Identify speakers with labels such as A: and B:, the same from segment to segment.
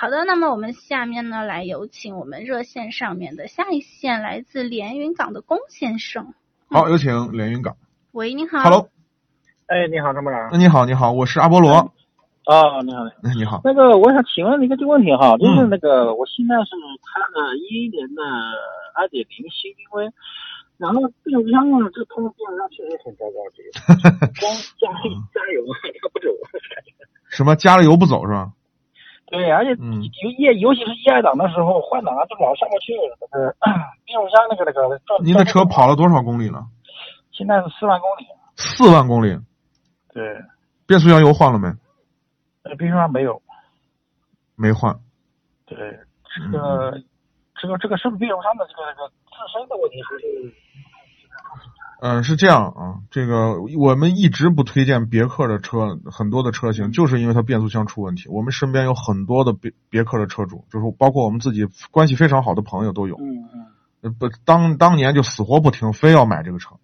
A: 好的，那么我们下面呢，来有请我们热线上面的下一线来自连云港的龚先生。
B: 好，有请连云港。
A: 喂，你好。
B: Hello，
C: 哎，你好，张部长。
B: 你好，你好，我是阿波罗。
C: 啊，你好。
B: 哎你好，
C: 那个，我想请问一个这个问题哈，就是
B: 嗯
C: 那个我现在是开了一一年的二点零新君威，然后变速箱呢，这通过变速箱确实挺糟糕，这 个光加
B: 嗯
C: 加油啊，它不走。
B: 什么加了油不走是吧？
C: 对，而且
B: 嗯
C: 尤尤尤其是一二档的时候换挡啊，就老上不去，呃，变速箱那个那个转。
B: 您的车
C: 转
B: 跑了多少公里了？
C: 现在是四万公里。
B: 四万公里。
C: 对，
B: 变速箱油换了没？
C: 呃，变速箱没有。
B: 没换。
C: 对，这
B: 嗯
C: 个这个这个是不是变速箱的这个这个自身的问题，还是？
B: 嗯、是这样啊，这个我们一直不推荐别克的车，很多的车型就是因为它变速箱出问题。我们身边有很多的别别克的车主，就是包括我们自己关系非常好的朋友都有。
C: 嗯嗯。
B: 呃不当当年就死活不听，非要买这个车，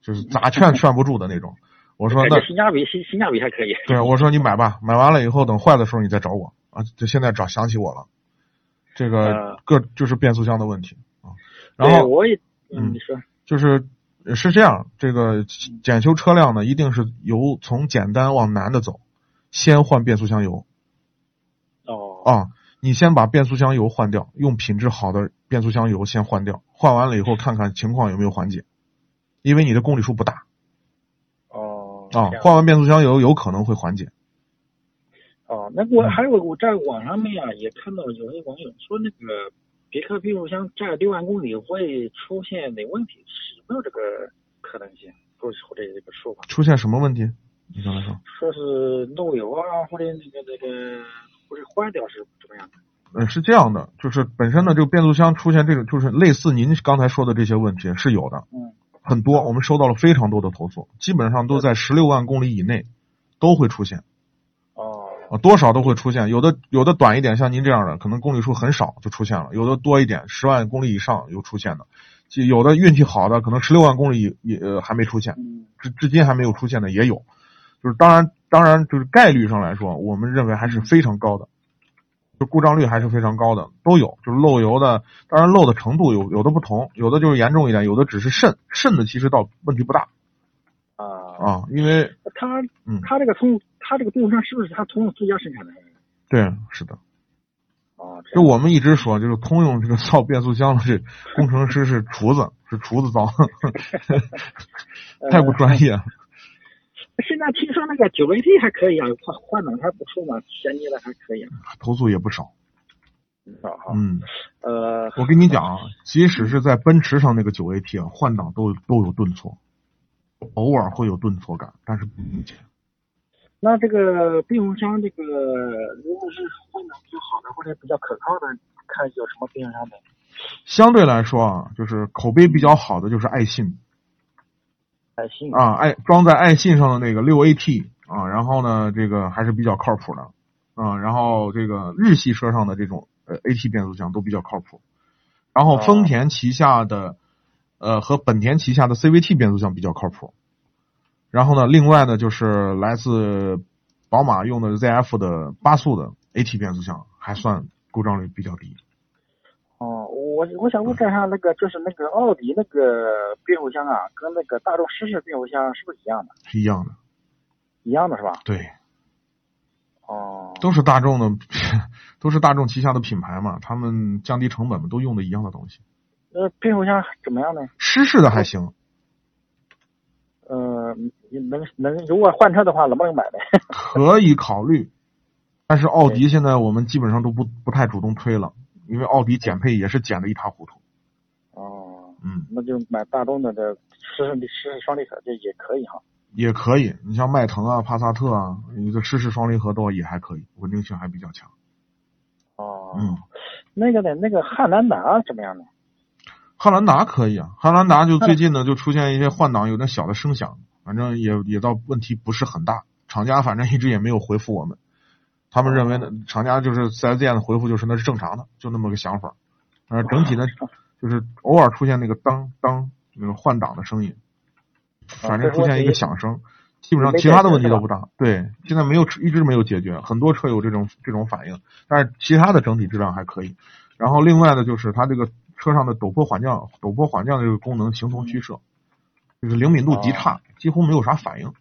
B: 就是咋劝劝不住的那种。我说
C: 感
B: 啊那
C: 觉性价比性性价比还可以。
B: 对我说你买吧，买完了以后等坏的时候你再找我啊，就现在找想起我了，这个
C: 呃
B: 各就是变速箱的问题啊。然
C: 对
B: 后
C: 我也
B: 嗯
C: 嗯，你说
B: 就是呃是这样，这个检修车辆呢，一定是由从简单往难的走，先换变速箱油
C: 哦
B: 啊。你先把变速箱油换掉，用品质好的变速箱油先换掉，换完了以后看看情况有没有缓解，因为你的公里数不大
C: 哦
B: 啊
C: 这，样
B: 换完变速箱油有可能会缓解。
C: 哦，那我还有我在网上面啊也看到有些网友说那个别克变速箱在六万公里会出现哪问题？有没有这个可能性？或者或者这个说法，
B: 出现什么问题？你刚才说，
C: 说是漏油啊，或者那个那个或者坏掉是怎么样的？
B: 呃，是这样的，就是本身呢，这个变速箱出现这种，就是类似您刚才说的这些问题是有的，
C: 嗯，
B: 很多，我们收到了非常多的投诉，基本上都在十六万公里以内都会出现
C: 哦
B: 啊，多少都会出现，有的有的短一点，像您这样的，可能公里数很少就出现了，有的多一点，十万公里以上有出现的，就有的运气好的，可能十六万公里以也、呃、还没出现，
C: 嗯
B: 至至今还没有出现的也有，就是当然当然就是概率上来说，我们认为还是非常高的，就故障率还是非常高的，都有，就是漏油的，当然漏的程度有有的不同，有的就是严重一点，有的只是渗渗的其实倒问题不大
C: 啊，
B: 啊，因为
C: 他
B: 嗯
C: 他这个通他这个变速箱是不是他通用自家生产的？
B: 对是的，
C: 啊，这
B: 就
C: 样
B: 我们一直说，就是通用这个造变速箱的这工程师是厨子，是厨子造， 太不专业了。
C: 现在听说那个九 AT 还可以啊，换换挡还不错嘛，衔接的还可以啊。
B: 投诉也不少，
C: 好好，
B: 嗯，
C: 呃，
B: 我跟你讲啊，即使是在奔驰上那个九 AT 啊，换挡都都有顿挫，偶尔会有顿挫感，但是不明显。
C: 那这个变速箱这个如果是换挡比较好的或者比较可靠的，看有什么变速箱的？
B: 相对来说啊，就是口碑比较好的就是爱信
C: 哎，新
B: 啊，爱装在爱信上的那个六 AT 啊，然后呢，这个还是比较靠谱的啊，然后这个日系车上的这种呃 AT 变速箱都比较靠谱，然后丰田旗下的呃和本田旗下的 CVT 变速箱比较靠谱，然后呢，另外呢就是来自宝马用的 ZF 的八速的 AT 变速箱还算故障率比较低。
C: 哦，我我想问一下，那个就是那个奥迪那个变速箱啊，跟那个大众湿式变速箱是不是一样的？
B: 是一样的，
C: 一样的是吧？
B: 对，
C: 哦，
B: 都是大众的， 都是大众旗下的品牌嘛，他们降低成本嘛，都用的一样的东西。
C: 呃，变速箱怎么样呢？
B: 湿式的还行，
C: 呃，能能如果换车的话，能不能买呢？
B: 可以考虑，但是奥迪现在我们基本上都不不太主动推了，因为奥迪减配也是减的一塌糊涂。
C: 哦。
B: 嗯，
C: 那就买大众的这湿式湿式双离合这也可以哈。
B: 也可以，你像迈腾啊、帕萨特啊，你这湿式双离合都也还可以，稳定性还比较强。
C: 哦
B: 嗯，
C: 那个呢，那个汉兰达怎么样呢？
B: 汉兰达可以啊，汉兰达就最近呢就出现一些换挡有点小的声响，反正也也倒问题不是很大。厂家反正一直也没有回复我们，他们认为呢，厂家就是四 S 店的回复就是那是正常的，就那么个想法。呃，整体呢就是偶尔出现那个当当那个换挡的声音，反正出现一个响声，基本上其他的问题都不大。对，现在没有一直没有解决，很多车有这种这种反应，但是其他的整体质量还可以。然后另外呢，就是它这个车上的陡坡缓降、陡坡缓降这个功能形同虚设，就是灵敏度极差，几乎没有啥反应。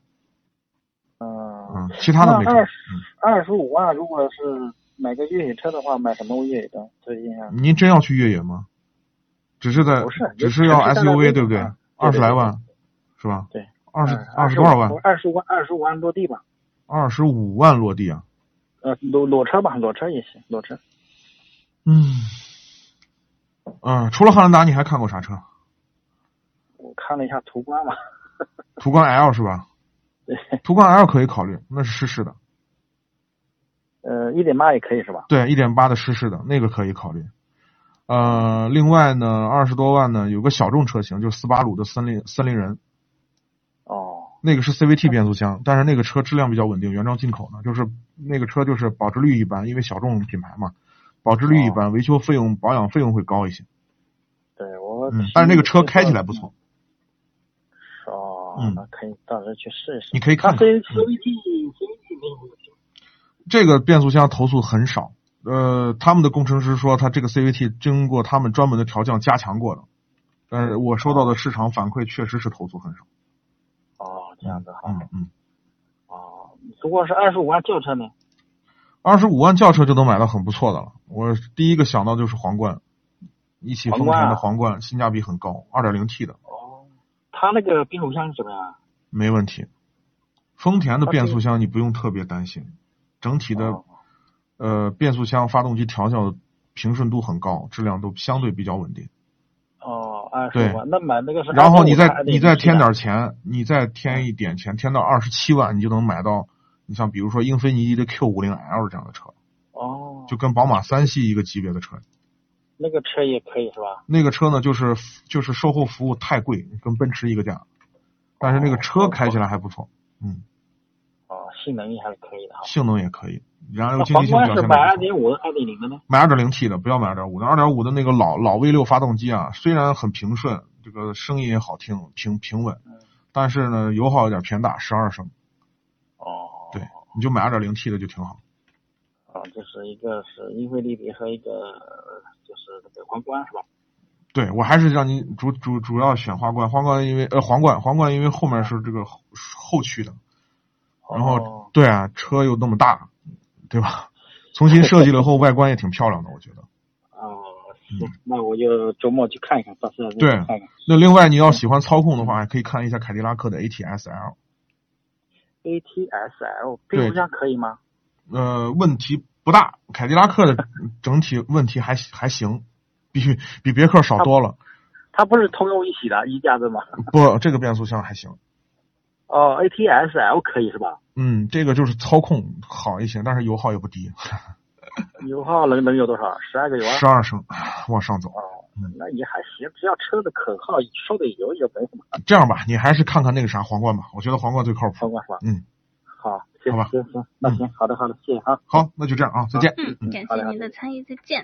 C: 嗯
B: 嗯，其他的没
C: 那
B: 啥。
C: 二十
B: 嗯
C: 二十五万，如果是买个越野车的话，买什么越野车推荐啊？
B: 您真要去越野吗？只是在
C: 不是
B: 只是要
C: 只是在那边
B: SUV 对不对
C: 啊？对
B: 二
C: 对
B: 十来万是吧？
C: 对，
B: 二十
C: 嗯
B: 二十多少万？
C: 二十五万，二十五万落地吧。
B: 二十五万落地啊？
C: 呃，裸裸车吧，裸车也行，裸车。
B: 嗯，嗯，除了汉兰达，你还看过啥车？
C: 我看了一下途观嘛，
B: 途观 L 是吧？
C: 对，
B: 途观 L 可以考虑，那是湿式的，
C: 呃，一点八也可以是吧？
B: 对，一点八的湿式的那个可以考虑。呃，另外呢，二十多万呢，有个小众车型，就是斯巴鲁的森林森林人，
C: 哦，
B: 那个是 CVT 变速箱，但是那个车质量比较稳定，原装进口的，就是那个车就是保值率一般，因为小众品牌嘛，保值率一般，维修费用、保养费用会高一些。
C: 对我去。
B: 嗯，但是那个车开起来不错。
C: 哦，
B: 嗯
C: 那可以到时候去试一试。
B: 你可以看看
C: 那 C
B: 嗯
C: C V T C V T 变速箱
B: 这个变速箱投诉很少。呃，他们的工程师说，他这个 CVT 经过他们专门的调教加强过的，但是我收到的市场反馈确实是投诉很少。
C: 哦，这样子哈。
B: 嗯嗯，
C: 哦，如果是二十五万轿车呢？
B: 二十五万轿车就能买到很不错的了。我第一个想到就是皇冠，一汽丰
C: 啊
B: 田的皇冠，性价比很高，二点零 T 的
C: 哦，它那个变速箱是怎么样啊？
B: 没问题。丰田的变速箱你不用特别担心，整体的
C: 哦
B: 呃变速箱、发动机调校的平顺度很高，质量都相对比较稳定。
C: 哦，二十
B: 对
C: 五万，那买那个是25万。
B: 然后你再你再添
C: 还
B: 点
C: 得
B: 钱，你再添一点钱，添到二十七万，你就能买到。你像比如说英菲尼迪的 Q 五零 L 这样的车，
C: 哦，
B: 就跟宝马三系一个级别的车。
C: 那个车也可以是吧？
B: 那个车呢，就是就是售后服务太贵，跟奔驰一个价，但是那个车开起来还不错，嗯，
C: 哦，性能也还是可以的哈。
B: 性能也可以，燃油
C: 那
B: 经济
C: 皇
B: 性
C: 冠
B: 表
C: 是
B: 现
C: 买
B: 的
C: 二
B: 不错。
C: 点五的、二点零的呢？
B: 买二点零 T 的，不要买二点五的。二点五的那个老老 V 六发动机啊，虽然很平顺，这个声音也好听，平平稳，
C: 嗯
B: 但是呢油耗有点偏大，十二升。
C: 哦，
B: 对，你就买二点零 T 的就挺好。
C: 啊，就是一个是英菲尼迪和一个呃就是那个皇冠是吧？
B: 对我还是让你主主主要选花冠，花冠因为呃皇冠，皇冠因为后面是这个后后驱的，然后、
C: 哦
B: 对啊，车又那么大，对吧？重新设计了后，外观也挺漂亮的，我觉得。
C: 哦，行，那我就周末去看一看，到时候再
B: 对
C: 看看。
B: 那另外你要喜欢操控的话，还可以看一下凯迪拉克的 ATS-L，
C: A T S L
B: 对
C: 变速箱可以吗？
B: 呃，问题不大，凯迪拉克的整体问题还还行，比比别克少多了。
C: 它不是通用一起的一家子吗？
B: 不，这个变速箱还行，
C: 哦，A T S L 可以是吧？
B: 嗯，这个就是操控好一些，但是油耗也不低，
C: 油耗能能有多少？十二个油啊？
B: 十二升往上走。
C: 哦，那也还行，只要车子可靠，烧点油也没什么
B: 这样吧，你还是看看那个啥皇冠吧，我觉得皇冠最靠
C: 超
B: 谱。
C: 过是吧？
B: 嗯，
C: 好，行
B: 好吧
C: 行行，那行，好的好的，谢谢啊。
B: 好，那就这样啊，再见。
A: 嗯，感
C: 好嘞
A: 谢
C: 好
A: 您的参与，再见。